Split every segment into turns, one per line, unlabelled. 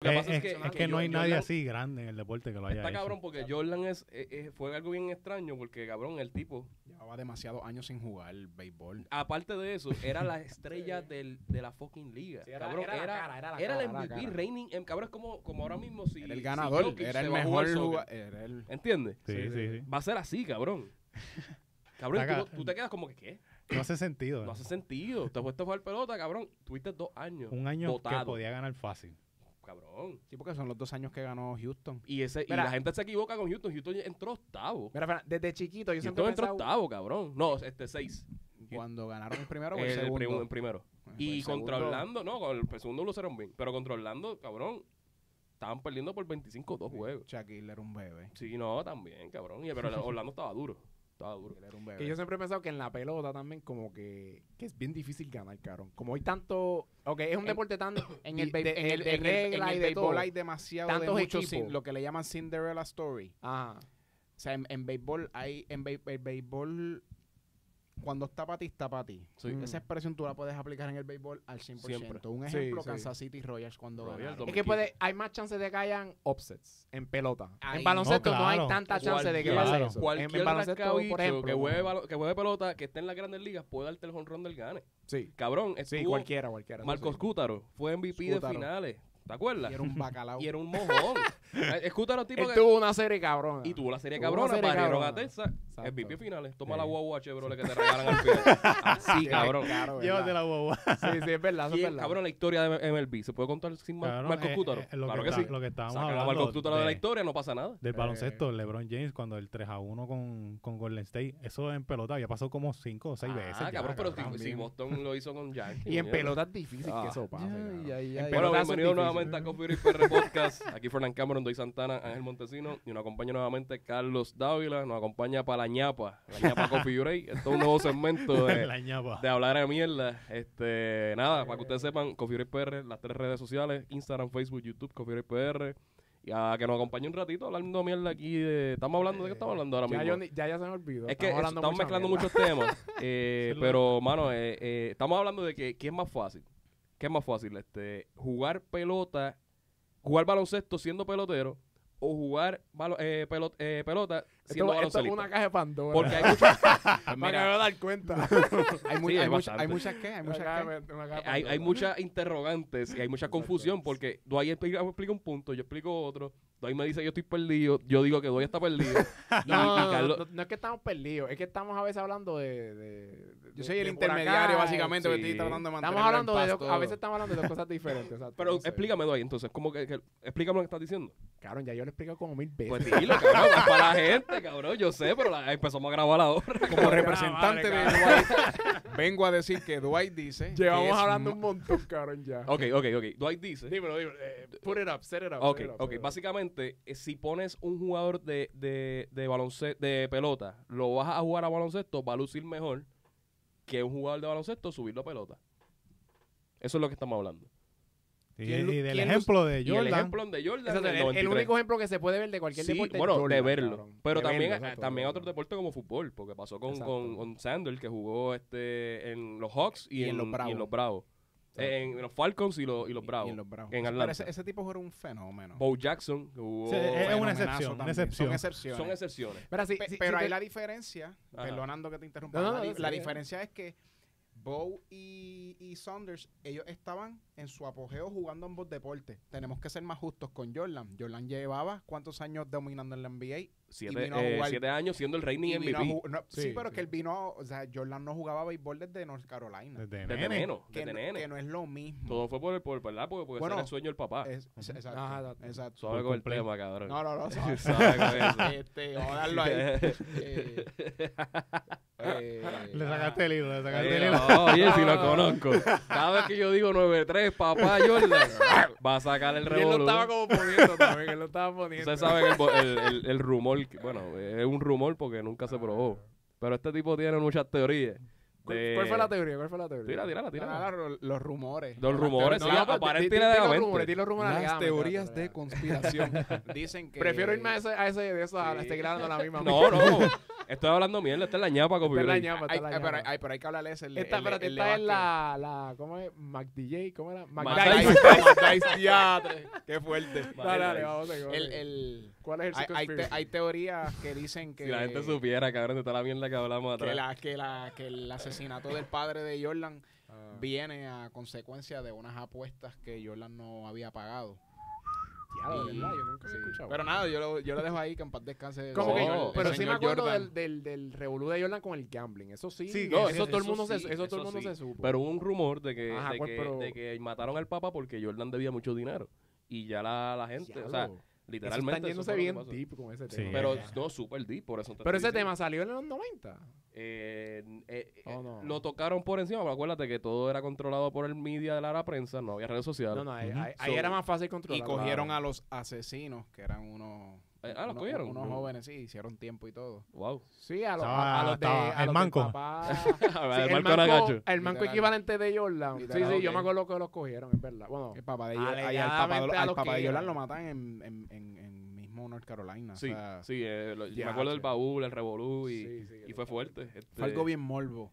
Lo que
Eh,
pasa es
es,
que-
es que,
que
no hay
yo-
nadie
yo-
así grande en el deporte que lo haya
Está
hecho.
cabrón porque Jordan es, eh, eh, fue algo bien extraño porque cabrón el tipo,
Llevaba demasiados años sin jugar béisbol.
aparte de eso, era la estrella del, de la fucking liga.
Sí, era-
cabrón,
era la
era,
cara, era la
era
cara,
el
era la
MVP
cara.
reigning, em, cabrón, es como, como ahora mismo si
Era el
si
ganador,
Jokic
era
se
el
va a jugar
mejor
soccer.
jugador. Era el...
¿Entiendes?
Sí, sí, sí.
Va a ser así, cabrón. Cabrón, y
Acá-
tú, no- tú te quedas como que, ¿qué?
No hace sentido.
No hace sentido. Te fuiste a jugar pelota, cabrón. Tuviste dos años.
Un año que
botado,
podía ganar fácil.
Cabrón.
Sí, porque son los dos años que ganó Houston.
Y, ese, y
Mira.
la gente se equivoca con Houston. Houston entró octavo.
Mira, Fernan, desde chiquito yo siempre
Houston entró
pensaba-
octavo, cabrón. No, este seis.
Cuando ganaron el primero o
El,
el
prim-
segundo.
el primero.
Fue
Y
el
contra
segundo.
Orlando, no, con el el segundo lo hicieron bien. Pero contra Orlando, cabrón, estaban perdiendo por 25 dos juegos.
Shaquille era un bebé.
Sí, no, también, cabrón. Y- Pero la- Orlando estaba duro. Estaba duro.
Shaquille era un bebé.
Que yo siempre he pensado que en la pelota también como que, que es bien difícil ganar, cabrón. Como hay tanto... Ok, es un
En-
deporte tan... En
Y
el, béis-
de-
en el, de
en el- en
regla
el
y de
béisbol
todo.
hay demasiado
Tantos
de muchos
equipos.
cin- lo que le llaman Cinderella Story.
Ajá.
O sea, en, en béisbol hay en béis- el béisbol cuando está para ti, está para ti.
Sí.
Mm. Esa expresión tú la puedes aplicar en el béisbol al 100%.
Siempre.
Un
Sí,
ejemplo,
sí.
Kansas City Royals cuando
Royals,
ganaron.
dos
Es
Equipo.
que puede, hay más chances de que hayan offsets en pelota.
Ay,
en baloncesto no,
no, claro.
hay tanta chance de que
Cualquier-
pase eso. En- En,
Cualquier
baloncesto,
rascabicho
por ejemplo.
que, juegue, balo- que juegue pelota, que esté en las grandes ligas, puede darte el jonrón del gane.
sí,
Cabrón,
sí,
estuvo
cualquiera, cualquiera. eso
Marcos
sí.
Cútaro. Fue MVP
Scútaro.
de finales. ¿Te acuerdas?
Y era un bacalao.
Y era un mojón. Eh, Scútaro tipo
Él
que...
tuvo una serie cabrón.
Y tuvo la serie
Tuvo una
cabrona,
serie
barrieron
cabrona.
a Texas,
Exacto.
MVP finales. Toma
Sí.
la guagua, chévere, que te regalan al final. Así, cabrón.
Llévate la boba.
Sí, sí, es verdad, eso es
¿Quién,
verdad.
cabrón, la historia de MLB? ¿Se puede contar sin Mar-
Cabrón,
Marcos
eh,
Cútaro?
eh, lo
claro
que
que,
está-
sí.
Lo que estábamos
Sacan a
hablando
Marcos Cútaro de, la
de-
historia, no pasa nada.
Del
Eh.
baloncesto, LeBron James, cuando el 3 a 1 con, con Golden State, eso en pelota ya pasó como 5 o 6
ah,
veces. ya,
cabrón, pero si-
cabrón.
si, Boston lo hizo con Yankees.
Y en
puñeta.
pelota es difícil
Ah.
que eso pase. cabrón. En
Bueno,
pelota eso es
bienvenido
difícil.
nuevamente a Coffee Break PR Podcast. Aquí Fernán Cameron, Doy Santana, Ángel Montesino y nos acompaña nuevamente Carlos Dávila. Nos acompaña para la ñapa, la ñapa Coffee Break. Esto es un nuevo segmento de,
La ñapa.
pues, de hablar de mierda. Este, nada, para que ustedes sepan, Coffee Break PR, las tres redes sociales, Instagram, Facebook, YouTube, Coffee Break PR. Y a que nos acompañe un ratito hablando mierda aquí. de- estamos hablando de qué estamos hablando ahora
Ya,
mismo.
yo ni- ya, ya se me olvidó.
Es que eso,
hablando
estamos
mucha
mezclando
mierda.
muchos temas. eh,
Sí, lo-
pero, mano, eh, eh, estamos hablando de que ¿qué es más fácil? ¿Qué es más fácil? Este, jugar pelota, jugar baloncesto siendo pelotero o jugar balo- eh, pelo- eh, pelota siendo
Esto, esto es
baloncelista.
una caja de Pandora.
Porque hay muchos-
Pues
Para que me
mira,
dar cuenta.
hay, mu-
Sí,
hay
hay
mucha-
bastante.
hay muchas que, hay
Una
muchas
caja
que.
de- una caja de
Eh, hay, hay
Pandora.
muchas interrogantes y hay mucha confusión porque Dwight explica, explica un punto, yo explico otro. Dwight me dice que yo estoy perdido, yo digo que Dwight está perdido. y,
No, no,
y
no,
Carlos-
no, no es que estamos perdidos, es que estamos a veces hablando de. de- de-
Yo soy el
de por acá, eh,
intermediario, básicamente,
sí.
que estoy tratando de mantener
Estamos hablando de. dos- A veces estamos hablando de dos cosas diferentes. exacto,
Pero
no sé.
explícame, Dwight, entonces, ¿cómo que, que- explícame lo que estás diciendo?
Cabrón, ya yo lo he explicado como mil veces.
Pues dilo, cabrón, es para la gente, cabrón, yo sé, pero la- empezamos a grabar ahora.
Como
Ah,
Ah,
representante
madre,
de Dwight, vengo a decir que Dwight dice. que
Llevamos
es
hablando
ma-
un montón, cabrón, ya.
Ok, ok, ok. Dwight dice.
Dímelo, dímelo. eh, put it up, set it up.
Ok,
set it up,
ok.
set it up.
Básicamente, eh, si pones un jugador de, de, de baloncesto, de pelota, lo vas a jugar a baloncesto, va a lucir mejor que un jugador de baloncesto subirlo a pelota. Eso es lo que estamos hablando.
Y,
¿quién lo-
y del
quién lo-
ejemplo de
Y el
Jordan.
ejemplo de Jordan.
Exacto,
del
el- el,
93.
único ejemplo que se puede ver de cualquier
Sí,
deporte es
bueno, de
Jordan,
verlo.
cabrón.
Pero
De
también,
verlo, exacto,
también
de
a otros
verlo.
deportes como fútbol, porque pasó con,
Exacto.
con, con Sanders, que jugó este en los Hawks y,
Y en
en,
los
y
Bravos.
Bravos. Eh, en los Falcons y, los- y los Bravos.
Y en los Bravos.
En
Pero
Atlanta.
ese, ese tipo era un fenómeno.
Bo Jackson, que jugó.
Sí, es- es una
Fenomenazo
excepción, una
también.
excepción.
Son excepciones.
son excepciones.
Mira, sí,
Pe-
sí,
pero
sí
ahí
te-
la diferencia,
Ajá.
perdonando que te interrumpa,
No, no,
la,
no,
di-
está
la
bien.
diferencia es que Bow y, y Saunders, ellos estaban en su apogeo jugando ambos deportes. Tenemos que ser más justos con Jordan. Jordan llevaba cuántos años dominando en la NBA.
Siete,
vino a
eh,
jugar.
siete años siendo el reigning
Y vino a
MVP.
ju- no, sí,
Sí,
pero
sí.
que él vino, o sea, Jordan no jugaba béisbol desde North Carolina.
Desde
Desde
nene.
neno,
que,
desde
no,
nene.
que no es lo mismo.
Todo fue por el, por, ¿verdad? Porque, porque ese
Bueno,
era el sueño del papá.
Es- es- exacto,
Ajá, exacto.
exacto.
ah, Suave con el
complete.
tema, cabrón.
No, no, no. suave.
Suave con eso.
Este, vamos a darlo ahí. Eh, eh,
Le sacaste el hilo, le sacaste
Eh,
el hilo.
no, oye, si lo conozco. Cada vez que yo digo 9-3, papá Jordan, va a sacar el
Y él lo
revolú.
estaba como poniendo también, él lo estaba poniendo.
Ustedes saben el, bo- el, el- el rumor, que- bueno, es un rumor porque nunca se probó. Pero este tipo tiene muchas teorías.
¿Cuál,
de-
cuál fue la teoría? ¿Cuál fue la teoría?
Tira, tírala,
Nada,
tírala.
lo- los rumores.
Los
Las
rumores,
teorías-
sí,
no, no,
aparente
di-
y
di- di los
alegadamente.
rumores, di los rumores
Las
alegadamente,
teorías
espérate,
de
espérate.
conspiración dicen que...
Prefiero irme a ese, a ese de esos, a este la- seguir hablando la misma.
No, no. Estoy hablando mierda, esta es la ñapa,
Esta es la
copyright.
ñapa, esta
Ay,
es la
ay, pero,
ñapa.
ay, pero hay que hablarle ese. el-
Esta,
el-
espérate,
el de
esta es
básquet.
la, la, ¿cómo es? MacDJ, ¿cómo era?
MacDice.
MacDice.
McDice, diatre. Qué fuerte.
Dale, dale,
MacDice.
vamos a seguir, vamos a
El,
seguir.
el,
¿Cuál es el
hay,
secret
hay te-
conspiracy?
hay teorías que dicen que,
Si la gente supiera, cabrón, de toda la mierda que hablamos
que,
atrás.
la, que, la, que el asesinato del padre de Jordan
Ah,
viene a consecuencia de unas apuestas que Jordan no había pagado.
diablo,
Y-
Ah, ¿verdad? Yo nunca
sí.
había escuchado.
Pero nada, yo lo, yo lo dejo ahí que en paz descanse. el
Como que,
señor-
No,
el
pero sí me
señor
acuerdo
Jordan.
del, del, del revolú de Jordan con el gambling. Eso sí.
Sí,
no,
que-
eso, todo el
eso
mundo,
sí,
se, eso todo el
eso
mundo
sí.
se supo.
Pero hubo un rumor de que,
Ajá,
de,
¿cuál,
que,
pero-
de que mataron al Papa porque Jordan debía mucho dinero. Y ya la, la gente, o sea,
Diablo. Eso
literalmente.
Están
eso
yéndose
fue lo que
bien
pasó.
deep con ese
Sí.
tema.
Pero
Ya.
no, super deep, por eso te
pero
estoy
ese tema
diciendo.
salió en los 90.
Eh, eh, eh,
Oh, no.
Lo tocaron por encima, pero acuérdate que todo era controlado por el media de la, la prensa, no había redes sociales.
No, no, ahí,
Ujú.
ahí- ahí
So-
era más fácil
Y
controlar.
cogieron a los asesinos, que eran unos.
Eh, ah, ¿los
unos-
cogieron?
Unos
No.
jóvenes, sí, hicieron tiempo y todo.
Wow.
Sí, a los,
Estaba-
a, a los de.
estaba
a
el
los del
manco.
papá. Sí,
el
el
Marco era
manco,
gacho.
el manco
Literal.
equivalente de Jordan. Sí,
Literal,
sí, yo
ok.
me acuerdo que los cogieron, es verdad. Bueno,
Oh.
El papá de Jordan. Al papá,
Alegadamente
de-
a
al
los
papá de
que-
Jordan lo matan en, en, en, en mismo North Carolina.
Sí,
o sea,
sí, eh, lo- yo me
ya,
acuerdo del
che.
baúl, el revolú y,
sí, sí,
y fue fuerte. Este,
Fue algo bien morbo.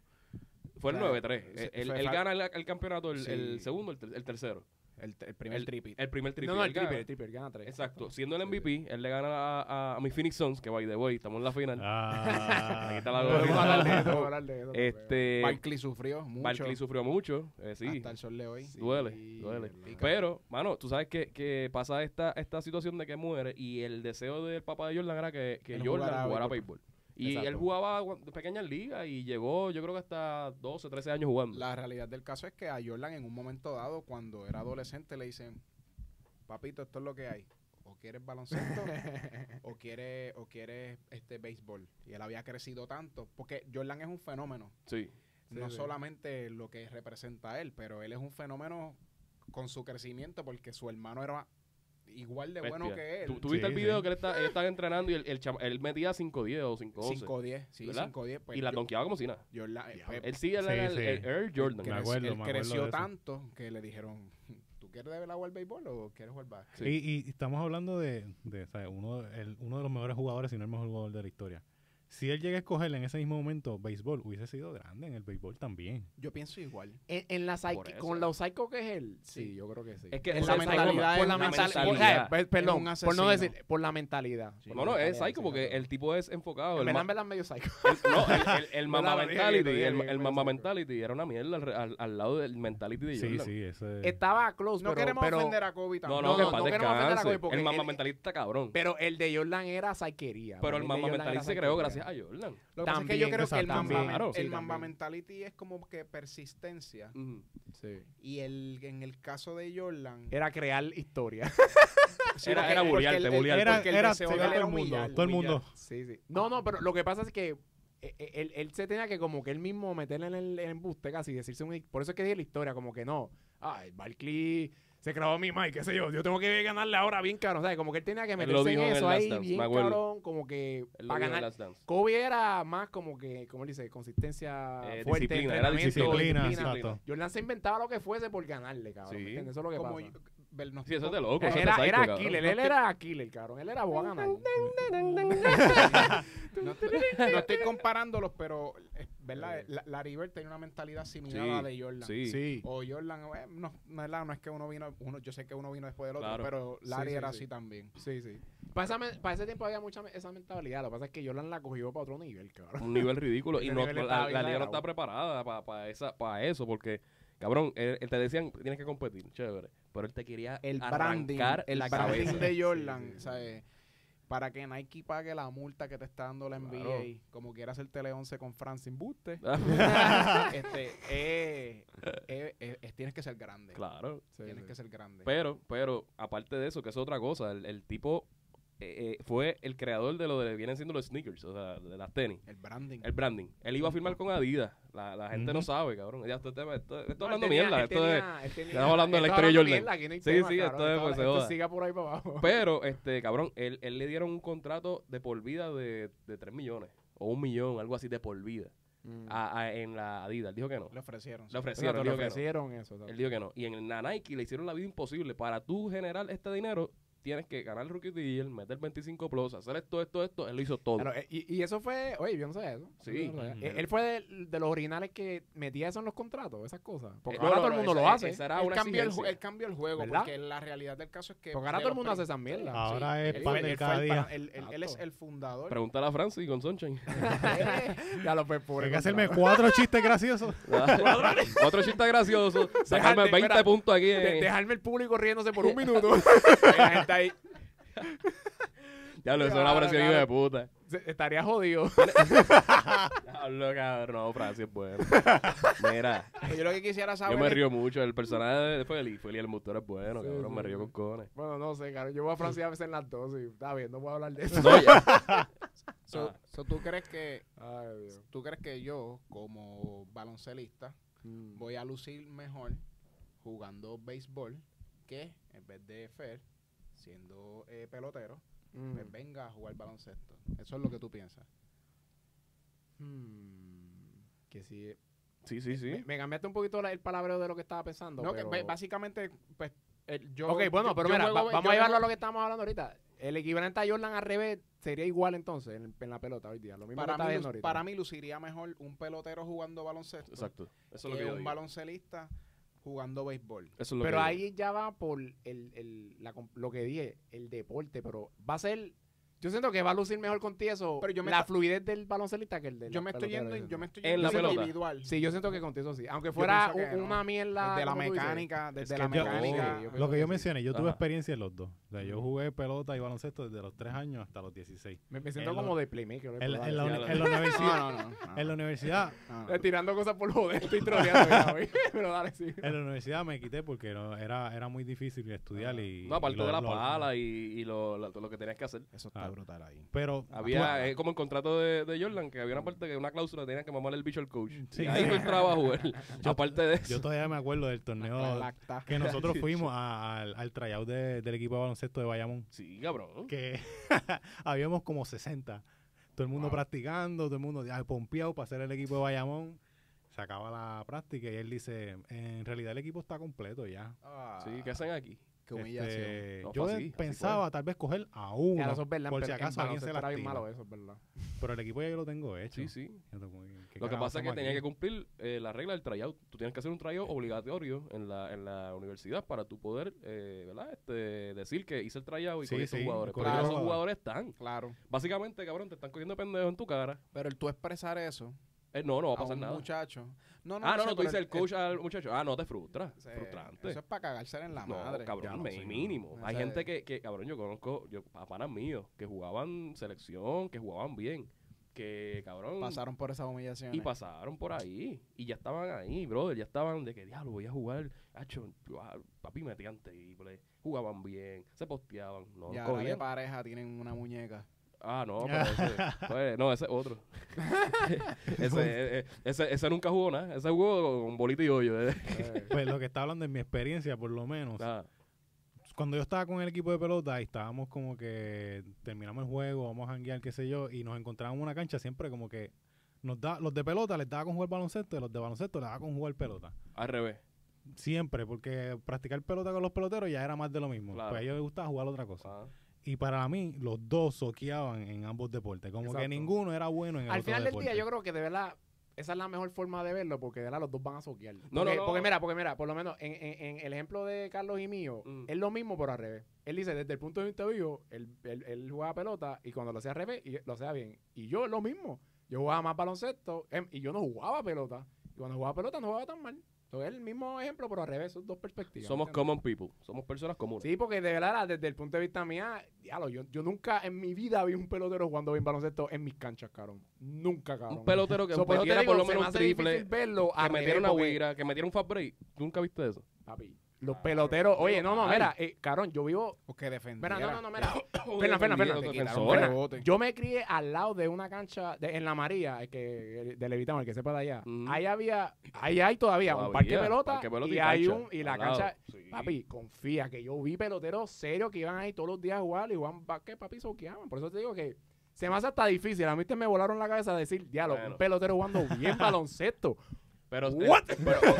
Fue el
claro.
9-3.
Sí,
Él,
fue
él
fal-
gana el, el campeonato, el, el
Sí.
segundo, el, ter- el tercero.
El, el primer
El-
tripi.
El primer triple.
No, no,
él
el
gana.
triple, el triple, gana tres.
Exacto. Siendo el MVP, él le gana a, a, a mis Phoenix Suns, que by the way, estamos en la final.
Ah,
Aquí está la
Podemos
gloria.
hablar de eso, podemos hablar de eso.
este,
Barkley sufrió mucho.
Barkley sufrió mucho, eh, sí.
Hasta el sol de hoy.
Sí,
Duele, duele. Pues
verdad.
Pero, mano, tú sabes que, que pasa esta, esta situación de que muere y el deseo del papá de Jordan era que, que
Él
Jordan
jugara
jugara,
a
béisbol. Y
Exacto.
él jugaba gu- de pequeñas ligas y llegó, yo creo que hasta 12, 13 años jugando.
La realidad del caso es que a Jordan en un momento dado, cuando era adolescente, le dicen, papito, esto es lo que hay. O quieres baloncesto o quieres, o quieres este béisbol. Y él había crecido tanto. Porque Jordan es un fenómeno.
Sí.
Sí,
no
sí.
solamente lo que representa a él, pero él es un fenómeno con su crecimiento porque su hermano era igual
este
de bueno
bestia.
que
Pues, ¿Tú,
él.
tú viste
Sí,
el video
sí.
que él, está, él estaba entrenando y el, el chama- él metía 5-10 o 5-11.
5'10, sí,
¿Verdad?
5'10. Pues,
Y la
yo-
donkeaba como si nada.
Jordan, eh,
Diablo.
pues,
Él sí, él era
Sí,
el, el
sí.
Air Jordan.
crece-
Me acuerdo,
él
me acuerdo
creció
de eso.
tanto que le dijeron, ¿tú quieres de agua al béisbol o quieres jugar básquet?
Sí.
Y, y estamos hablando de, de, ¿sabes? Uno, el- uno de los mejores jugadores, si no el mejor jugador de la historia. Si él llega a escoger en ese mismo momento béisbol, hubiese sido grande en el béisbol también.
Yo pienso igual.
En, en la
Por
psyche,
eso.
con lo psycho que es él. Sí,
Sí.
yo creo que sí.
Es que
Por
es
la
el psycho,
mentalidad. Por
la
la mentalidad. por-
mentalidad.
eh, per- Perdón,
Es un
por no
asesino.
decir, por la mentalidad.
Sí.
por
No,
la
no, es
mentalidad,
psycho
sí,
porque
claro.
el tipo es enfocado.
En
el
verdad,
ma-
en verdad, medio psycho.
El- no, el, el, el mamá
Verdad, lo dije,
mentality,
lo dije,
el,
lo
el
dije,
mamá
lo dije.
mentality era una mierda al, al- al lado del mentality de
Sí,
Jordan.
sí, ese.
Estaba close,
No
pero,
queremos
pero,
ofender a Kobe
No,
tampoco.
no,
No,
que
no,
paz
no queremos ofender a
descanse.
Kobe porque
El
él-
mamá mentalista cabrón.
pero el de Jordan era psychería.
Pero el
de
mamá
Jordan
mentalista
era
se creó
psychería.
gracias a Jordan.
Lo que pasa es que yo
También,
creo que el
exacto,
mamba,
también.
men-
Claro.
el
Sí,
mamba
también.
mentality es como que persistencia.
Ujú.
Sí.
Y el, en el caso de Jordan...
Era crear historia.
Sí,
Era-
porque-
era
porque
bullearte,
el- el-
bullearte.
porque el
Era-
deseo
era
de él
todo
era
el mundo,
humillar.
todo el mundo.
Sí, sí. No, no, pero lo que pasa es que eh, eh, él, él se tenía que como que él mismo meterle en el embuste casi, decirse un... Por eso es que dije la historia, como que no. Ay, Barkley se clavó a mi Mike, qué sé yo. Yo tengo que ganarle ahora bien caro. O sea, como que él tenía que
lo
meterse en
dijo en el
eso
Last
ahí
Dance,
bien
me acuerdo.
cabrón, como que
Él lo
para
dijo en
ganar.
Last Dance.
Kobe era más como que, como él dice, consistencia
Eh,
fuerte,
disciplina, era
entrenamiento,
disciplina,
disciplina.
exacto.
Jordan se inventaba lo que fuese por ganarle, cabrón.
Sí.
¿me entiendes? Eso es lo que
Como
pasa.
yo- ver, nos-
Sí, eso es de loco. eso es de
Era,
psycho,
era
cabrón.
killer, él era killer, cabrón. Él era voy a ganar.
No, estoy- no estoy comparándolos, pero eh, ¿verdad?
Eh.
La, Larry Bird tenía una mentalidad similar
Sí,
a la de Jordan.
Sí.
O Jordan, eh, no, no, ¿verdad? no es que uno vino, uno, yo sé que uno vino después del otro,
Claro.
pero Larry
Sí, sí,
era
sí.
así también.
Sí, sí. Para, esa men- para ese tiempo había mucha me- esa mentalidad. Lo que pasa es que Jordan la cogió para otro nivel, cabrón.
Un nivel ridículo. Y
Ese
no,
nivel
la,
estaba bien
la liga no
exagerado.
está preparada para esa, pa eso, porque, cabrón, él, él te decían, tienes que competir, chévere. Pero él te quería
El branding,
arrancar
el
la
branding
cabeza.
de
Sí, sí,
Jordan,
sí.
¿sabes? Para que Nike pague la multa que te está dando la NBA,
Claro.
como quiera hacer Tele 11 con Francine Buste,
Ah,
este, eh, eh, eh, eh, tienes que ser grande.
claro. Pues,
Sí,
Tienes
sí.
que ser grande.
Pero, pero, aparte de eso, que es otra cosa, el, el tipo eh, eh, fue el creador de lo que vienen siendo los sneakers, o sea, de las tenis.
el branding.
El branding. Él iba a firmar con Adidas. La, la gente no
Ujú.
sabe, cabrón. Ya, esto, esto- esto- esto
No, él
hablando
tenía-
mierda.
él
Esto es-
tenía- él tenía-
estamos hablando de la
él
historia de
hablando
Jordan.
mierda, aquí no hay
Sí,
tema,
sí,
cabrón,
esto es, pues, se
esto
joda.
siga por ahí para abajo.
Pero, este, cabrón, él, él le dieron un contrato de por vida de, de 3 millones. O un millón, algo así de por vida. a- a- en la Adidas. Él dijo que no.
le ofrecieron.
Le
O sea,
ofrecieron.
te
él
lo
dijo que no.
ofrecieron eso. o sea.
Él dijo que no. Y en la Nike le hicieron la vida imposible. Para tú generar este dinero, tienes que ganar el rookie deal, meter 25 plus, hacer esto, esto, esto. Él lo hizo todo.
Claro, eh, y, y eso fue, oye, yo no sé eso.
Sí.
Yo no sabía.
Ujú.
Él, él fue de, de los originales que metía eso en los contratos, esas cosas. Porque
Eh, no,
ahora
no,
todo el
no,
mundo
esa-
lo hace.
esa era
él
una
cambió, el, ju-
exigencia.
él cambió el juego,
¿Verdad?
porque la realidad del caso es que...
Porque ahora
de
todo el
los
mundo hace
prim-
esa mierda.
Ahora es
él
pan
fue-
de
él fue
cada
el
día.
pan- él- él- Él es el fundador.
Pregúntale a Francis con Sunshine.
ya lo pues, pobre
Hay que hacerme
contrato.
cuatro chistes graciosos.
Ah, Otro chiste gracioso. Sacarme
Dejarte,
20
espera.
puntos aquí.
De-
eh.
dejarme el público riéndose por un minuto. Y la gente ahí,
Ya lo, eso es una
Claro,
presión
claro.
hijo de puta.
se- estaría jodido.
Hablo, cabrón. No, Francis, bueno. Mira,
Yo lo que quisiera saber
yo me
es-
río mucho. El personaje de Feli, Feli el Mustor es bueno,
Sí,
cabrón.
sí,
me río
sí.
con cojones.
Bueno, no sé, claro. Yo voy a Francia a veces en las dos y está bien, no voy a hablar de eso.
No, ya.
so-
Ah.
so, ¿tú, crees que,
Ay, Dios.
¿Tú crees que yo, como baloncelista,
Mm.
voy a lucir mejor jugando béisbol que en vez de Fer, siendo eh, pelotero,
Mm.
pues venga a jugar baloncesto. Eso es lo que tú piensas.
Mm. Que sí.
Sí, sí,
Me,
sí.
me cambiaste un poquito la- el palabreo de lo que estaba pensando.
No, que
pero-
ba- básicamente, pues, el- yo...
Ok, bueno,
yo-
pero
yo
mira,
juego
va-
be-
vamos
yo
a llevarlo a
juego-
lo que estamos hablando ahorita. El equivalente a Jordan al revés sería igual entonces en, en la pelota hoy día. Lo mismo que
Para
está
mí,
viendo
lu-
ahorita.
para mí luciría mejor un pelotero jugando baloncesto
Exacto. Eso es lo
que
que yo digo.
un
Eso
baloncelista jugando béisbol.
es lo que
pero
yo
ahí ya va por el, el- la com- lo que dije, el deporte, pero va a ser... Yo siento que va a lucir mejor contigo eso,
Pero yo me
la
está-
fluidez del baloncelista que el del
Yo me estoy yendo, yo me estoy
En
yendo
la pelota.
individual.
Sí, yo siento que contigo sí. Aunque fuera
pienso que
u-
no.
una mierda...
desde la
¿cómo tú dices?
mecánica, desde
que
yo-
la
uh,
mecánica.
sí, yo-
Lo que
creo
yo
que sí.
mencioné, yo tuve
Ajá.
experiencia en los dos. O sea, yo jugué pelota y baloncesto desde los 3 años hasta los 16.
Me, me siento
En
como
lo-
de playmaker.
En, la- en
ya
la, uni-
lo-
en la universidad,
Ah,
No, no, no, no, Ah.
en la universidad,
no, no.
Eh, Tirando cosas por joder, estoy troleando ya, güey. Pero dale, sí.
en la universidad me quité porque no- era, era muy difícil estudiar y...
Ah. No, aparte
y lo-
de la
lo-
pala y, y lo, la- lo que tenías que hacer.
Eso está
Ah.
brutal ahí.
Pero
Había, es como el contrato de, de Jordan, que había una parte que una cláusula tenían que mamarle el bicho al coach.
Sí.
Y ahí fue el trabajo él. Aparte de
yo
eso.
todavía me acuerdo del torneo
Lacta.
que nosotros fuimos a- al, al tryout de- del equipo de baloncesto de Bayamón.
Sí, cabrón.
que habíamos como 60. Todo el mundo
Wow.
practicando, todo el mundo ah, pompeado para hacer el equipo de Bayamón. Se acaba la práctica y él dice, en realidad el equipo está completo ya.
Ah,
Sí, ¿qué hacen aquí?
qué humillación.
Este,
No,
yo
fue así, así
pensaba tal vez coger a uno,
Ya, eso es verdad.
por
pero
si
en
acaso alguien
baloncesto
se
era bien
lastima.
malo eh. eso, es verdad.
Pero el equipo ya yo lo tengo hecho.
Sí, sí.
Yo como, ¿qué
Lo que
carajo
pasa es que
hacemos
tenía
aquí?
que cumplir eh, la regla del tryout. Tú tienes que hacer un tryout obligatorio en la, en la universidad para tú poder, eh, ¿verdad? Este, decir que hice el tryout y
Sí,
cogí estos
sí,
jugadores. Pero
cogí
ya
los
esos jugadores
jugadores.
están.
Claro.
Básicamente, cabrón, te están cogiendo pendejos en tu cara.
Pero el tú expresar eso
Eh, no, no va a
a,
pasar
un
nada.
muchacho. No, no,
ah,
no
no,
sé,
no, tú
pero
dices el coach
eh,
al muchacho. Ah, no, te frustras.
se-
Frustrante.
Eso es para cagársela en la
no,
madre.
cabrón,
Ya,
me-
sí, no.
mínimo.
O
Hay
sea,
gente que, que, cabrón, yo conozco yo, a panas míos que jugaban selección, que jugaban bien, que, cabrón,
Pasaron por esa humillación.
y pasaron por ahí. Y ya estaban ahí, brother, ya estaban de que, diablo, voy a jugar, hacho, ah, papi metían triple, jugaban bien, se posteaban, no,
Y
no
ahora de
cogían.
pareja tienen una muñeca.
Ah, no, pero ese, pues, no, ese es otro. ese, eh, ese, ese nunca jugó nada, ese jugó con bolita y hoyo. eh.
Eh,
Pues lo que está hablando es mi experiencia, por lo menos.
Pues,
Nada.
cuando yo estaba con el equipo de pelota y estábamos como que terminamos el juego, vamos a janguear, qué sé yo, y nos encontrábamos en una cancha siempre como que nos da, los de pelota les daba con jugar baloncesto y los de baloncesto les daba con jugar pelota.
al revés.
Siempre, porque practicar pelota con los peloteros ya era más de lo mismo.
Claro.
Pues a ellos les gustaba jugar otra
pues,
cosa.
Ah.
Y para mí, los dos soqueaban en ambos deportes. Como
Exacto.
que ninguno era bueno en el
Al
otro
final del
deporte.
día, yo creo que de verdad, esa es la mejor forma de verlo, porque de verdad los dos van a soquear.
no,
porque,
no.
porque mira, porque mira, por lo menos en, en- en el ejemplo de Carlos y mío,
Mm.
es lo mismo, pero al revés. Él dice, desde el punto de vista mío, él, él, él jugaba pelota y cuando lo hacía al revés, y lo hacía bien. Y yo es lo mismo. Yo jugaba más baloncesto em, y yo no jugaba pelota. Y cuando jugaba pelota no jugaba tan mal. Entonces es el mismo ejemplo, pero al revés, son dos perspectivas.
Somos
¿entiendes?
common people, somos personas comunes.
Sí, porque de verdad, desde el punto de vista mía, diablo, yo, yo nunca en mi vida vi un pelotero jugando bien baloncesto en mis canchas, cabrón. Nunca, cabrón.
un pelotero que
So, por eso te
metiera por
digo,
lo
se
menos
me
un
hace
triple,
difícil verlo
que
al
metiera
revés,
una
porque,
huira, que metiera un fast break. ¿Tú nunca viste eso?
papi, los peloteros, oye, no, no, mira, eh, cabrón, yo vivo.
O que defendieran.
Mira, no, no, no, mira.
Fernan,
Fernan, Fernan,
los
te
quitaron
defensores.
Fernan. rebote.
Yo me crié al lado de una cancha de- en la María, el que, el de Levitán, el que sepa de allá.
Mm.
Ahí había, ahí hay todavía, un
Todavía,
parque de pelota
parque de pelota
y, hay
cancha,
un, y la
al lado.
cancha,
Sí.
Papi, confía que yo vi peloteros serios que iban ahí todos los días a jugar y jugaban basquet, papi, soqueaban. Por eso te digo que se me hace hasta difícil. A mí te me volaron la cabeza decir, diablo,
Bueno.
un pelotero jugando bien baloncesto.
Pero, eh,
What?
pero, ok,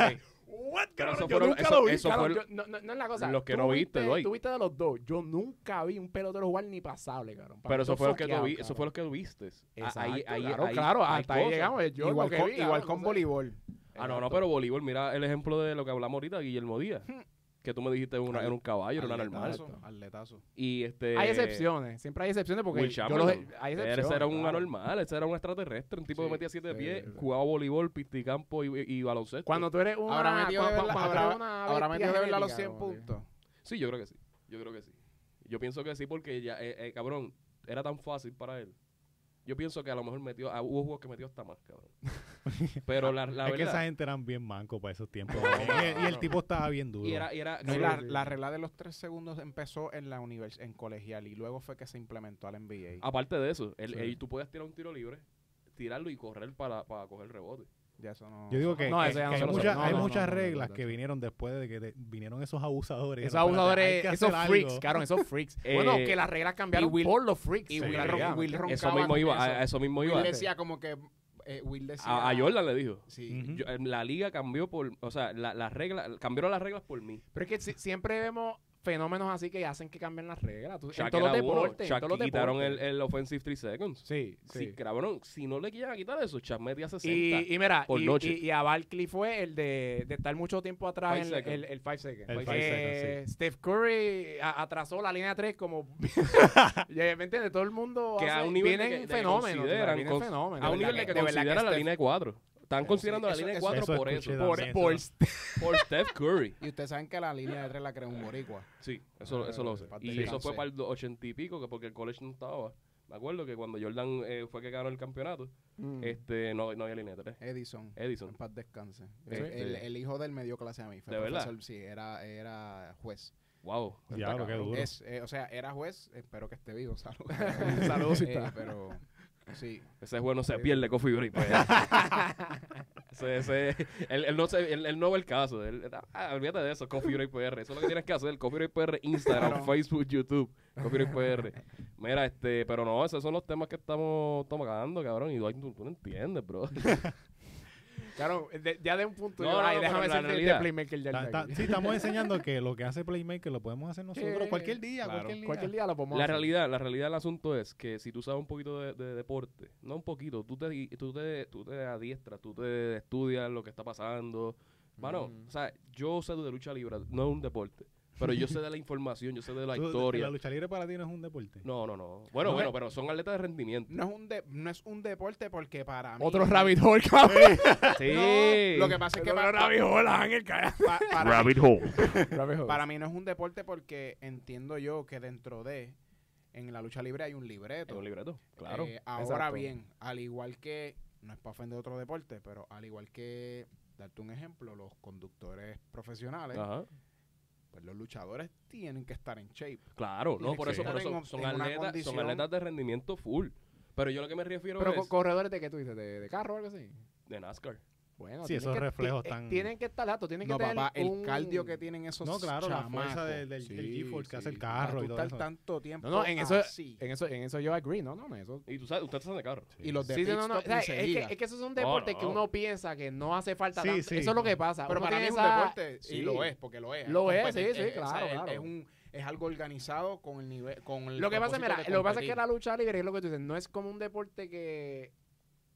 What,
Pero
cabrón?
eso
yo
fueron-
nunca
eso-
lo vi,
eso
cabrón.
fue-
Yo- no, no, no es la cosa.
los que
Tú
no viste, Dwight.
Tú viste de los dos. Yo nunca vi un pelotero jugar ni pasable, cabrón. Para
Pero
mí
eso
todo
fue, lo que
soqueado,
tú vi- eso
cabrón.
fue lo que tuviste.
Exacto,
ahí, ahí,
claro,
ahí-
claro,
hay
hasta ahí
cosas.
llegamos. Yo
igual
lo que
con,
vi,
igual
cabrón,
con
o sea,
voleibol.
Ah, no, no,
Exacto. Hmm.
pero voleibol, mira el ejemplo de lo que hablamos ahorita, Guillermo Díaz. Que tú me dijiste una-
Atlet-
era un caballo, era una normal.
Atletazo, atletazo.
Y este.
Hay excepciones, siempre hay excepciones porque
Will
yo
Chamberlain.
los- hay
Ese
excepciones.
era un
claro.
anormal, ese era un extraterrestre, un tipo que
Sí,
metía siete
sí,
pies,
sí, sí.
jugaba voleibol, pisticampo y, y baloncesto.
Cuando tú eres una.
Ahora metió de
cuando-
verdad-
cuando tú eres
ahora-
una
ahora
bestia
metió de verdad los
genética,
100
como que-
puntos.
Sí, yo creo que sí. Yo creo que sí. Yo pienso que sí porque ya, eh, eh, cabrón, era tan fácil para él. Yo pienso que a lo mejor metió, ah, hubo juegos que metió hasta más, cabrón. Pero la, la
es que esa
verdad.
gente eran bien manco para esos tiempos. y, el, y el tipo estaba bien duro.
Y era, y era,
No, y
cabrón,
la,
sí.
la regla de los tres segundos empezó en la univers en colegial y luego fue que se implementó al NBA.
Ah.
aparte de eso, el,
Sí.
el- tú podías tirar un tiro libre, tirarlo y correr para, para coger rebote.
Ya eso no-
Yo digo
eso
que,
No,
que-
ese ya
que
no
hay,
se lo
muchas-
sabe. No,
hay
no, no,
muchas
no, no, no,
reglas
no,
que
no.
vinieron después de que te- vinieron esos abusadores.
Esos
Espérate, hay
abusadores,
que
esos
hacer algo.
freaks, cabrón, esos freaks.
Eh,
bueno, que las reglas cambiaron
Will-
por los freaks.
y
en
Will,
Sí,
ron-
realidad.
Will roncaba
Eso mismo
con
iba, a-
eso.
a eso mismo
Will
iba.
decía como que eh, Will decía
A, a Jordan le dijo.
Sí.
Ujú.
Yo- eh, la liga cambió por, o sea, la- las reglas, cambiaron las reglas por mí.
Pero es que si- siempre vemos fenómenos así que hacen que cambien las reglas. Tú- en
Shaq
todos los
era uno,
deportes. en
Shaq
todos los
quitaron el,
deportes.
el offensive 3 seconds.
Sí,
Si,
sí.
cabrón, si no le quieran quitar eso, Shaq metía 60.
Y, y mira,
por
y,
noche.
y- y a Barkley fue el de, de estar mucho tiempo atrás
Five
en el-
seconds.
el 5 seconds.
El
Porque
five seconds,
Steph Curry a- atrasó la línea 3 como... Ya, ¿Me entiendes? Todo el mundo
que a
hace-
un nivel de
vienen
que, de que
fenómenos, tú sabes,
consideran,
vienen
cons-
fenómenos.
a un
De verdad
nivel de que
de verdad
consideran la
Steph-
línea de 4. Están
Pero
considerando
sí,
la
eso-
línea de
eso-
4
eso
por eso,
escuché
por,
también,
por,
eso.
por Steph Curry.
Y ustedes saben que la línea de tres la creó un boricua.
Sí, eso, eso lo sé.
Parte
Y
Ah, de
eso fue
Kansas.
para el do- 80 y pico, que porque el college no estaba. Me acuerdo que cuando Jordan eh, fue que ganó el campeonato,
Mm.
este no, no había línea de 3.
Edison. En
Edison.
paz descanse.
Sí.
El, el- el hijo del medio clase a mí. Fue
¿De verdad?
profesor, Sí, era, era juez.
Wow.
Diablo, qué duro.
Es, eh, o sea, era juez. Espero que esté vivo. Saludos.
Saludos si
Eh,
está.
Pero sí.
Ese juego no se pierde, Coffee Break. pues. ese, ese- él, él no se, él, él no ve el caso. Él- ah, olvídate de eso, Coffee Break PR. Eso es lo que tienes que hacer, Coffee Break PR, Instagram,
Claro.
Facebook, YouTube, Coffee Break PR. Mira, este, pero no, esos son los temas que estamos tocando, cabrón. Y Dwight, tú, tú no entiendes, bro.
Claro, de- ya de un punto.
No,
yo,
no,
ay,
no,
déjame
pero la
ser de- de
realidad-
playmaker del
Está- está-
Dagger.
sí, estamos enseñando que lo que hace Playmaker lo podemos hacer nosotros
Sí,
cualquier día,
claro.
cualquier día.
Cualquier día lo podemos
La
hacer.
realidad, la realidad del asunto es que si tú sabes un poquito de, de deporte, no un poquito, tú te, tú te, tú te adiestras, tú te estudias lo que está pasando. Bueno,
Mm.
o sea, yo sé de lucha libre, no es un deporte, pero yo sé de la información, yo sé de la
Tú-
historia.
La lucha libre para ti no es un deporte.
No, no, no. Bueno,
No,
bueno,
eh.
pero son atletas de rendimiento.
No es un, de- no es un deporte porque para mí.
Otro rabbit hole, cabrón.
Sí.
No, lo que pasa es que
Otro
pa-
rabbit hole, Ángel, carajo.
pa- para mí-
Rabbit hole.
Para mí no es un deporte porque entiendo yo que dentro de, en la lucha libre hay un libreto.
Es un libreto, claro.
Eh, ahora
exacto.
bien, al igual que, no es para ofender otro deporte, pero al igual que, darte un ejemplo, los conductores profesionales,
Ajá.
pues los luchadores tienen que estar en shape.
Claro, no,
Tienes
por
que
eso, por
estar en
eso
op-
son
en una
atletas, son
condición.
atletas de rendimiento full. Pero yo lo que me refiero
Pero
es
co- corredores de qué tú dices, de, de carro o algo así.
de NASCAR.
Bueno,
Sí,
tienen
esos
que-
reflejos
ti- eh,
están-
Tienen que estar altos, tienen
No,
que tener
papá, el
un-
cardio que tienen esos
No, claro, la
chamacos.
fuerza del- del- del G-force que hace el carro
Tú
y todo
estar
eso.
tanto tiempo
No, no, en eso-
así.
En eso, en eso yo agree, no, no, en eso.
Y tú sabes, ustedes hacen de carro.
y los de
Sí, sí,
pit
no, no,
stop
o sea,
ni
es,
se
que,
diga.
es que esos son
No,
deportes que
no.
uno piensa que no hace falta
Sí,
tanto.
sí.
Eso es lo que pasa.
Pero
uno
para mí
tiene
es un
esa-
deporte, y
sí.
lo es, porque lo es.
Lo
Hay
es,
competi-
sí, sí,
eh, o sea,
claro,
es-
claro.
Es, un, es algo organizado con el nivel. Con el
Lo que pasa,
propósito
mira,
de
lo que pasa es que
competir.
la lucha libre es lo que tú dices, no es como un deporte que.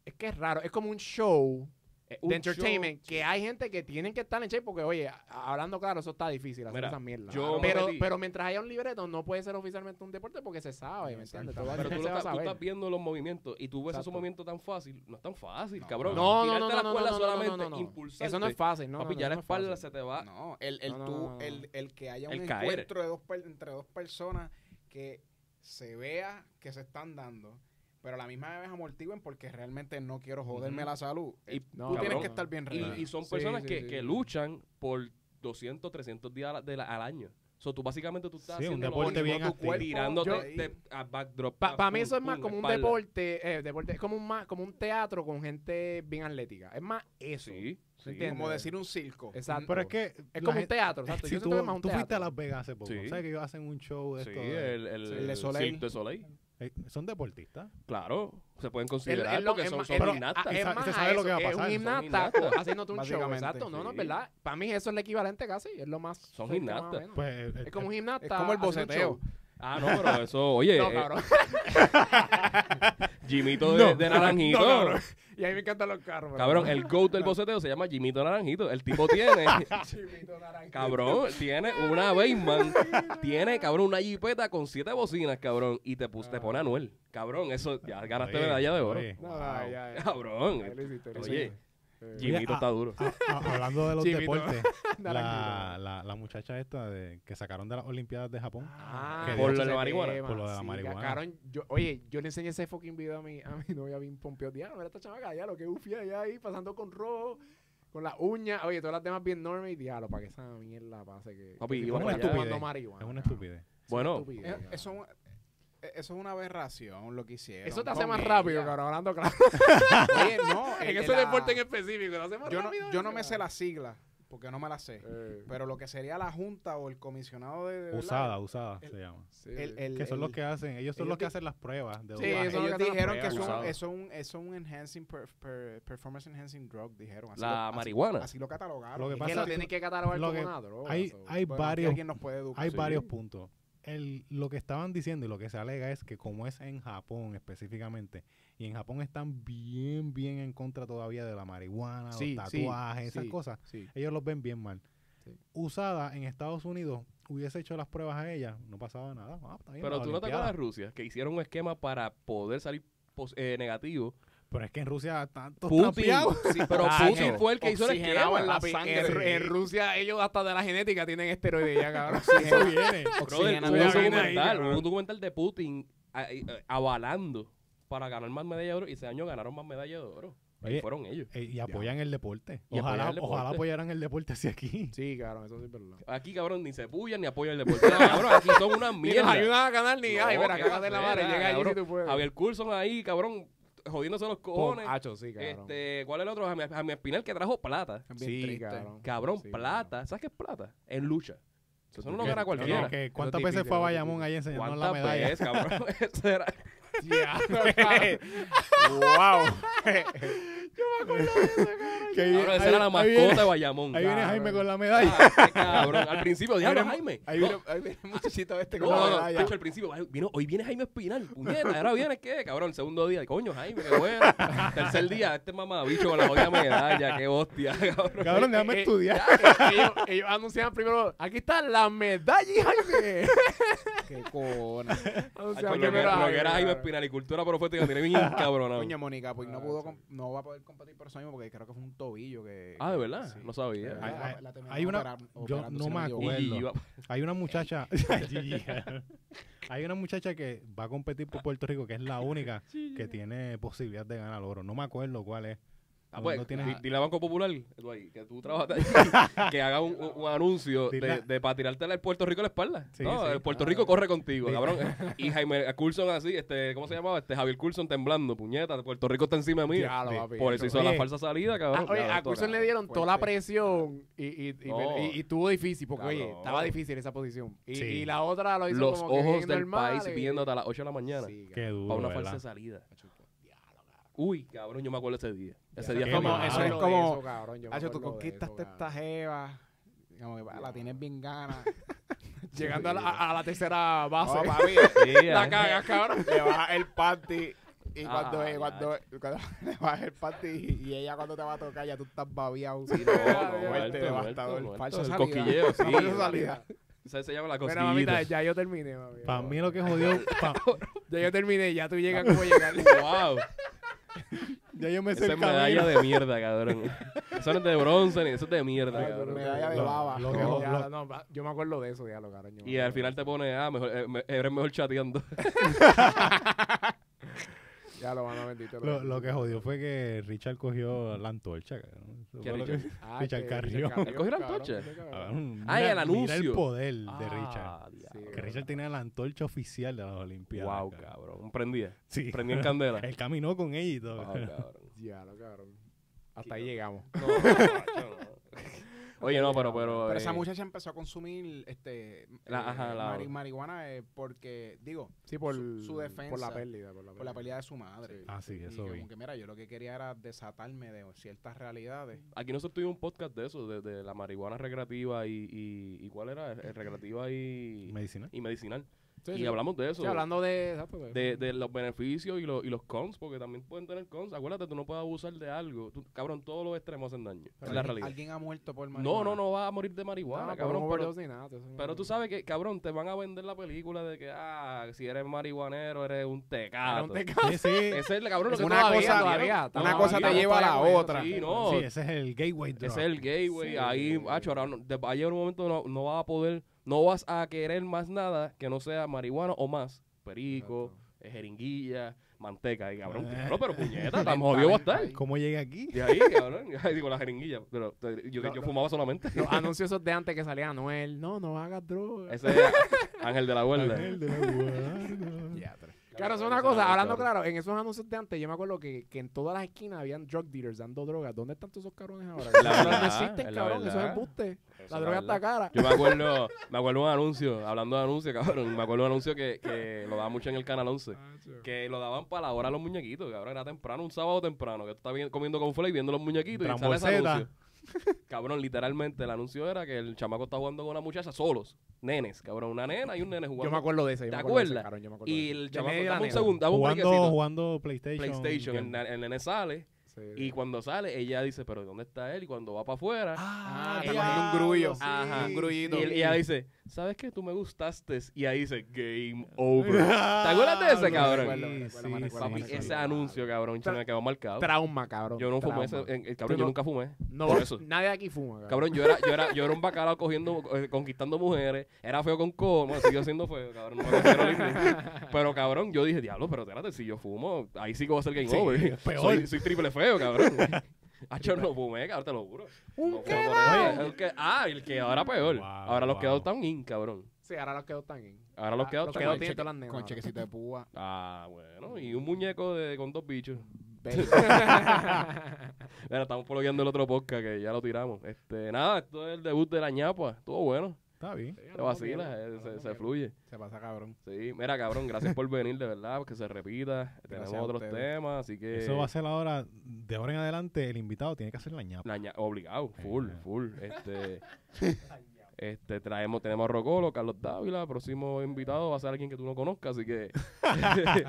Es que es raro, es como un show
Es un
de entertainment que hay gente que tienen que estar en shape porque, oye, a- hablando claro, eso está difícil hacer
Mira,
esa mierda.
yo
pero,
metí-
pero mientras haya un libreto, no puede ser oficialmente un deporte porque se sabe, ¿me entiendes?
Exacto.
Todo el
Pero tú, lo
mundo se va a
estás, tú
saber.
estás viendo los movimientos y tú ves
Exacto.
esos movimientos tan fácil. No es tan fácil,
No,
cabrón.
no, no,
Tirarte
no,
la
no,
cuerda
no, no, no,
solamente,
no, no.
impulsarte,
Eso no es fácil, ¿no?
papi,
no,
ya
eso
la
no es
espalda
fácil.
se te va.
No, el, el,
Ah, No, no,
tú-
no, no.
El, el que haya
El
un
caer.
encuentro de dos, per- entre dos personas que se vea que se están dando, pero a la misma vez amortiguen porque realmente no quiero joderme
Ujú.
la salud. Eh,
Y,
No,
tú
cabrón,
tienes que estar bien
y-
ready.
y son
Sí,
personas
sí,
que,
sí,
que
sí.
luchan por 200, 300 días al- de la- al año. O sea, tú básicamente tú estás
Sí, un
haciendo lo
deporte
mismo,
bien
tu
activo.
cuerpo tirándote
Yo-
de- a backdrop.
Para
a
mí
pum,
eso es más
pum,
como un
espalda.
deporte, eh, deporte, es como un, ma- como un teatro con gente bien atlética. Es más eso.
Sí, sí.
entiendes?
Como decir un circo. Mm,
Exacto.
Pero es que.
Es
la
como un
gente-
teatro. exacto.
Si
Yo
tú,
siento que es más un
tú fuiste a
teatro.
Las Vegas hace poco,
Sí.
¿sabes que ellos hacen un show de
Sí,
esto? de-
el, el,
El de Soleil.
Cirque du Soleil.
Eh, son deportistas.
Claro, se pueden
Él-
considerar
él lo-
porque
es
son,
más-
son
él-
gimnastas.
ah,
Él
Es
sa-
más
se
a
sabe lo
eso,
que va a
es
pasar,
un
son
gimnasta
gimnastas.
co- haciéndote un show.
Básicamente,
Exacto, no, no,
sí.
¿verdad? Para mí eso es el equivalente casi. Es lo más.
Son
cercano, más o
gimnastas.
menos.
Pues, el- el-
es como un gimnasta.
Es como el
haciendo un
boceteo.
show.
Ah, no, pero eso, oye,
No,
eh,
cabrón.
Jimito de,
No.
de Naranjito.
No,
cabrón.
cabrón. Y a mí me encantan los carros. bro.
el GOAT del boceteo se llama Jimito Naranjito. El tipo tiene,
Chivito naranja.
eh, cabrón, tiene una Baseman, tiene, cabrón, una jipeta con siete bocinas, cabrón, y te, pus- te pone Anuel. Cabrón, eso, ya ganaste
Ah. oye,
medalla de oro.
oye.
No, no, ya, ya. Ahí
Cabrón,
lo hiciste, lo
Oye,
hiciste. Eh,
Jimito
ah,
está duro.
Ah, ah, hablando de los
Chimito.
deportes, la,
Naranjito.
la, la muchacha esta de, que sacaron de las Olimpiadas de Japón.
Ah,
que
que
por
de
la
hecho ese
marihuana.
tema,
Por lo de la
sí,
marihuana.
cabrón, yo, oye, yo le enseñé ese fucking video a mi, a mi novia bien pompeo. Diablo, mira esta chamaca, ya lo que ufia allá ahí, pasando con rojo, con las uñas. Oye, todas las temas bien enormes. Y diablo, para que esa mierda pase que.
Papi,
que
iba
se
para
esté
allá.
fumando
Estupidez.
marihuana,
Es una
cabrón.
estupidez.
Bueno,
Estupidez,
Eh,
cabrón.
Eso, es un- eh, eso es una aberración lo que hicieron.
Eso te
con
hace más
ella.
rápido, cabrón, hablando claro.
Oye, no.
en
el-
ese
la-
deporte en específico, lo hace más
yo no,
rápido.
yo no me sé
cabrón.
la sigla, porque no me la sé.
Eh,
Pero lo que sería la junta o el comisionado de. de- ¿verdad?
Usada, usada se llama.
sí,
El,
sí.
el-
Que son
el-
los que hacen, ellos son
ellos
los que
di-
hacen las pruebas de
Sí,
dopaje.
ellos son los
ellos
que hacen las
dijeron que
pruebas.
eso
Usado.
es un, es un enhancing per- per- performance enhancing drug, dijeron. Así lo-
la
así-
marihuana.
Así lo catalogaron.
Lo que
Y
que
pasa
lo
es que-
tienen que catalogar
lo
como
que-
una droga.
Hay,
so.
hay
bueno, aquí
varios,
alguien nos puede educar.
hay
Sí.
varios puntos. El, lo que estaban diciendo y lo que se alega es que como es en Japón específicamente, y en Japón están bien, bien en contra todavía de la marihuana,
Sí,
los
sí,
tatuajes, esas
sí.
cosas.
Sí.
ellos los ven bien mal.
Sí.
Usada en Estados Unidos, hubiese hecho las pruebas a ella, no pasaba nada. Ah, está bien,
Pero
la
tú no te
Olimpiada.
acuerdas de Rusia, que hicieron un esquema para poder salir pos- eh, negativo.
Pero es que en Rusia tanto
Putin, sí, pero
Ah,
Putin
eso.
fue el que hizo el
Oxigenado
esquema.
en la
Papi,
sangre.
el-
En, en Rusia ellos hasta de la genética tienen esteroides ya, cabrón.
Eso viene.
Brother,
Oxigenando
hubo un
la vaina ahí,
documental,
cabrón.
hubo un documental de Putin ah, eh, eh, avalando para ganar más medallas de oro y ese año ganaron más medallas de oro. Ahí
Oye,
fueron ellos.
eh, y apoyan el deporte.
Y apoyan
Ojalá,
el
ojalá
deporte.
apoyaran el deporte hacia aquí.
Sí, cabrón, eso sí es verdad.
Aquí, cabrón, ni se puyan ni apoyan el deporte. No, cabrón, aquí son una
Ni nos
mierda.
ayudan a ganar ni. Ay,
No,
mira,
qué
cágate la madre.
basura,
Llega allí si
cabrón.
tú puedes.
Javier Coulson ahí, cabrón, jodiéndose los
Pon-
cojones.
Hacho, sí, cabrón.
este, ¿Cuál es el otro? A mi Espinal que trajo plata.
Es bien
sí,
triste.
cabrón.
Cabrón,
Sí,
plata. ¿Sabes qué es plata? En lucha. Eso no lo
Que-
gana cualquiera.
no, que ¿Cuántas
es
veces
difícil,
fue a
eso es
Bayamón
difícil.
ahí enseñándonos la
¿Cuántas
medalla?
veces, cabrón? Eso era-
¡Wow! Yo me
cabrón, esa era la mascota de Bayamón.
Ahí viene
cabrón.
Jaime con la medalla.
Ah, qué cabrón. Al principio, diablo, Jaime.
Ahí viene, ahí viene el muchachito este
No,
con la
no, no,
medalla.
macho, al principio, ay, vino- hoy viene Jaime Espinal, puñeta, ahora viene, ¿qué? Cabrón, el segundo día, coño, Jaime, qué bueno. Tercer día, este mamabicho con la jodida medalla, qué hostia, cabrón.
Cabrón,
Eh, eh,
déjame estudiar.
ya, ellos, ellos anunciaban primero, aquí está la medalla, Jaime.
Qué cojona.
Macho,
Anunciaban
lo, que,
primero a
lo que era Jaime
cabrón.
Espinal y cultura profética, tiene bien cabronado.
Coño, Mónica, pues no
Ah,
pudo,
sí.
com- no va a poder competir por eso mismo porque creo que fue un tobillo que.
Ah, ¿de verdad?
Sí.
No
De
sabía.
verdad,
Ay,
la-
ay,
la terminaron
hay una-
opera-
yo
operando,
no
si
me
me equivoco.
Y-
acuerdo.
y-
Hay una muchacha. Gigi. Hay una muchacha que va a competir por Puerto Rico, que es la única que tiene posibilidad de ganar oro. No me acuerdo cuál es.
ah,
No-
pues,
no tienes-
di- dile a Banco Popular, tú ahí, que tú trabajas ahí, que haga un, un- un anuncio
Dile a-
de, de para tirarte el Puerto Rico a la espalda.
Sí,
no,
sí,
el Puerto
claro.
Rico corre contigo,
Dile-
cabrón. Y Jaime Coulson así, este, ¿cómo se llamaba? Este Javier Coulson temblando, puñeta, Puerto Rico está encima de mí.
Diablo,
Sí,
papi.
Por eso hizo la
Oye.
falsa salida,
Ah,
cabrón.
oye,
Cabrón,
a Coulson le
cabrón.
dieron toda la
fuerte.
presión y, y, y-
No.
y- y tuvo difícil, porque oye,
Cabrón.
estaba difícil esa posición. Y,
Sí.
y la otra lo hizo
Los
como que bien
ojos del
normal,
país
y-
viendo hasta las 8 de la mañana.
Sí,
Qué duro.
Para una
¿verdad?
falsa salida. Uy, cabrón, yo me acuerdo ese día. Ese
cabrón.
día
Qué
fue
como-
malo.
eso es
Yo me
como-
acuerdo de eso, Ah, cabrón, yo me
Hacho, tú
acuerdo de eso,
conquistaste esta
cabrón.
jeva. como que, pa, la tienes bien gana.
Llegando a la, a- a la tercera base.
No, papi,
Ah, Sí,
la
ah.
cagas, cabrón.
le bajas el panty. Y
Ah,
cuando,
ya.
eh, cuando, cuando le bajas el panty y, y ella cuando te va a tocar, ya tú estás babiado. Sí,
No, no,
Fuerte,
muerto,
devastador.
muerto,
Falsa
muerto. El
salida.
cosquilleo, sí. eh.
Falsa salida.
Esa se llama la
Mira, mamita,
cosquillita.
ya yo terminé, mami.
Para mí lo que jodió. pa-
Ya yo terminé, ya tú llegas como llegar.
wow.
ya yo me sé
Esa
el
es medalla
camino.
de mierda, cabrón. Eso no es de bronce, ni eso es de mierda,
Ay,
cabrón.
Medalla de
Lo-
baba.
lo que
No,
jod-
ya,
lo-
no, va- yo me acuerdo de eso, diablo, cabrón. yo me
Y
acuerdo
al final
de
te pone, ah, mejor, eh, me- eres mejor chateando.
eso. Ya lo van a bendito.
lo- lo que jodió fue que Richard cogió la antorcha. cabrón. Eso
¿Qué
fue lo
Richard?
que-
Ah,
Richard
que-
Carrión.
Richard
¿Él cogió la
cabrón,
antorcha?
sí, cabrón.
Cabrón,
Ah, y el
Mira
anuncio.
el poder de Richard.
Ah, diablo.
Sí,
Que Richard tenía la antorcha oficial de las Olimpiadas.
Wow, cabrón. Prendía.
Sí.
Prendía en Ah, candela.
Él caminó con ella y todo.
Wow, cabrón.
Diablo, cabrón. Hasta ahí llegamos.
No, macho, no. Oye, no, pero. Pero,
Pero esa
eh,
muchacha empezó a consumir este
La- ajá, la-
mari- marihuana eh, porque, digo,
Sí, por,
Su- su
por
defensa.
la pérdida. Por la pérdida.
por la pelea de su madre.
Sí.
Ah, sí,
Y
eso
como
vi.
que, mira, yo lo que quería era desatarme de ciertas realidades.
Aquí nosotros tuvimos un podcast de eso, de, de la marihuana recreativa y, y, y ¿cuál era? Eh, Recreativa y,
Medicina.
y medicinal.
Sí,
y
sí.
hablamos de eso.
Sí, hablando de, exacto, pues.
de,
de-
de los beneficios y, lo- y los cons, porque también pueden tener cons. Acuérdate, tú no puedes abusar de algo. Tú, cabrón, todos los extremos hacen daño. Es la
¿Alguien-
realidad.
¿Alguien ha muerto por
No,
marihuana?
no, no vas a morir de
No,
marihuana,
por
cabrón.
un
Pero,
overdose ni nada, eso no-
pero tú sabes que, cabrón, te van a vender la película de que, ah, si eres marihuanero, eres un tecato.
Era un teca-
Sí, sí.
Ese es, el- cabrón, lo que
Una
todavía,
cosa-
todavía,
una
todavía,
cosa te
todavía,
lleva a la
todavía,
otra.
Sí, no.
Sí, ese es el gateway drug.
Ese es el gateway.
Sí,
ahí,
sí, sí.
hacho, ahora no- te va a llegar un momento no, no vas a poder, no vas a querer más nada que no sea marihuana o más. Perico, eh, jeringuilla, manteca. Y cabrón,
Eh.
claro, pero puñeta, tan jodido va a estar.
¿Cómo llegué aquí?
De ahí, cabrón. Ay, Digo, la jeringuilla. Pero te- yo,
No,
yo
no.
fumaba solamente.
Los anuncios esos de antes que salía Anuel. No, no hagas droga.
Ese es Ángel de la Huelga.
Ángel de la guarda.
Claro, eso es una cosa. Hablando claro, en esos anuncios de antes, yo me acuerdo que, que en todas las esquinas habían drug dealers dando drogas. ¿Dónde están todos esos cabrones ahora?
la
Esos no
verdad,
existen,
es la
cabrón. Eso es
verdad.
embuste.
Eso
La
es
droga está
verdad.
cara.
Yo me acuerdo, me acuerdo un anuncio, hablando de anuncios, cabrón, me acuerdo un anuncio que, que lo daba mucho en el Canal 11,
Ah,
que lo daban para la hora de los muñequitos, cabrón, era temprano, un sábado temprano, que tú estás vi- comiendo con y viendo los muñequitos y
Dragon
sale
Ball
ese
Z.
anuncio. Cabrón, literalmente el anuncio era que el chamaco está jugando con una muchacha solos, nenes, cabrón, una nena y un nene
Yo me
jugando.
acuerdo de ese. yo
¿Te
me acuerdo de ese,
acuerdas?
cabrón, yo me acuerdo
y
de
el
ese.
chamaco,
Nene y la
dame un
nena.
segundo, dame un
Jugando,
brequecito.
jugando PlayStation.
PlayStation, el,
game.
na- el nene sale
Sí.
y cuando sale ella dice, pero ¿dónde está él? Y cuando va para afuera,
Ah,
está
cogiendo un grullo.
Ajá.
un grullito.
Y él- y ella dice, ¿sabes que tú me gustaste? Y ahí dice, game over. acuerdas de
Ah,
ese, cabrón? Papi,
sí,
ese
sí.
anuncio, cabrón, se me quedó marcado.
Trauma, cabrón.
Yo no fumé
trauma.
ese, en- el- cabrón,
Tú
yo
no-
nunca fumé.
No,
por eso.
Nadie aquí fuma, cabrón.
Cabrón, yo era, yo era, yo era un bacalao cogiendo, eh, conquistando mujeres, era feo con cojo, bueno, siguió siendo feo, cabrón, no me considero lindo. Pero cabrón, yo dije, diablo, pero espérate, si yo fumo, ahí sí que voy a ser game
Sí,
over.
es peor.
Soy, soy triple feo, cabrón. Ah, yo no fumé, cabrón, te lo juro. No fue por eso. El que- ah, el que ahora peor.
Wow,
ahora los
wow.
quedó tan in, cabrón.
Sí, ahora los quedó tan en.
Ahora los
Ah,
quedó
los
tan
quedó
in.
tiene todas las nenas
Con
ahora.
chequecito de púa.
Ah, bueno, y un muñeco de, con dos bichos. Bueno, estamos pologueando el otro podcast que ya lo tiramos. Este, nada, esto es el debut de la ñapa. Estuvo bueno.
Está bien.
Te vacilas, eh, se, se fluye.
Se pasa cabrón.
Sí, mira, cabrón, gracias por venir, de verdad, que se repita. Tenemos
a
otros
ustedes.
temas, así que.
Eso va a ser ahora, de ahora en adelante, el invitado tiene que hacer la ñapa.
La ña- obligado, full,
Ajá.
full. Este, este traemos, tenemos a Rocolo, Carlos Dávila, próximo invitado va a ser alguien que tú no conozcas, así que.
A,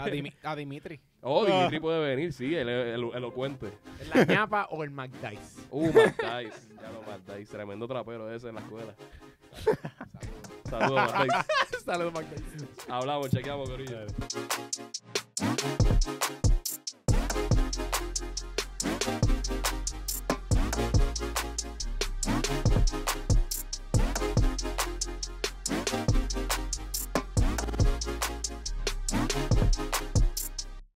Dimi- a Dimitri.
Oh, Dimitri puede venir, sí, él es elo- elocuente.
¿La ñapa o el McDice?
Uh, Matt Dice, ya lo Matt Dice, tremendo trapero ese en la escuela. Saludos, Matt Dice.
Saludos, McDice.
Hablamos, chequeamos, Corillo.
Claro.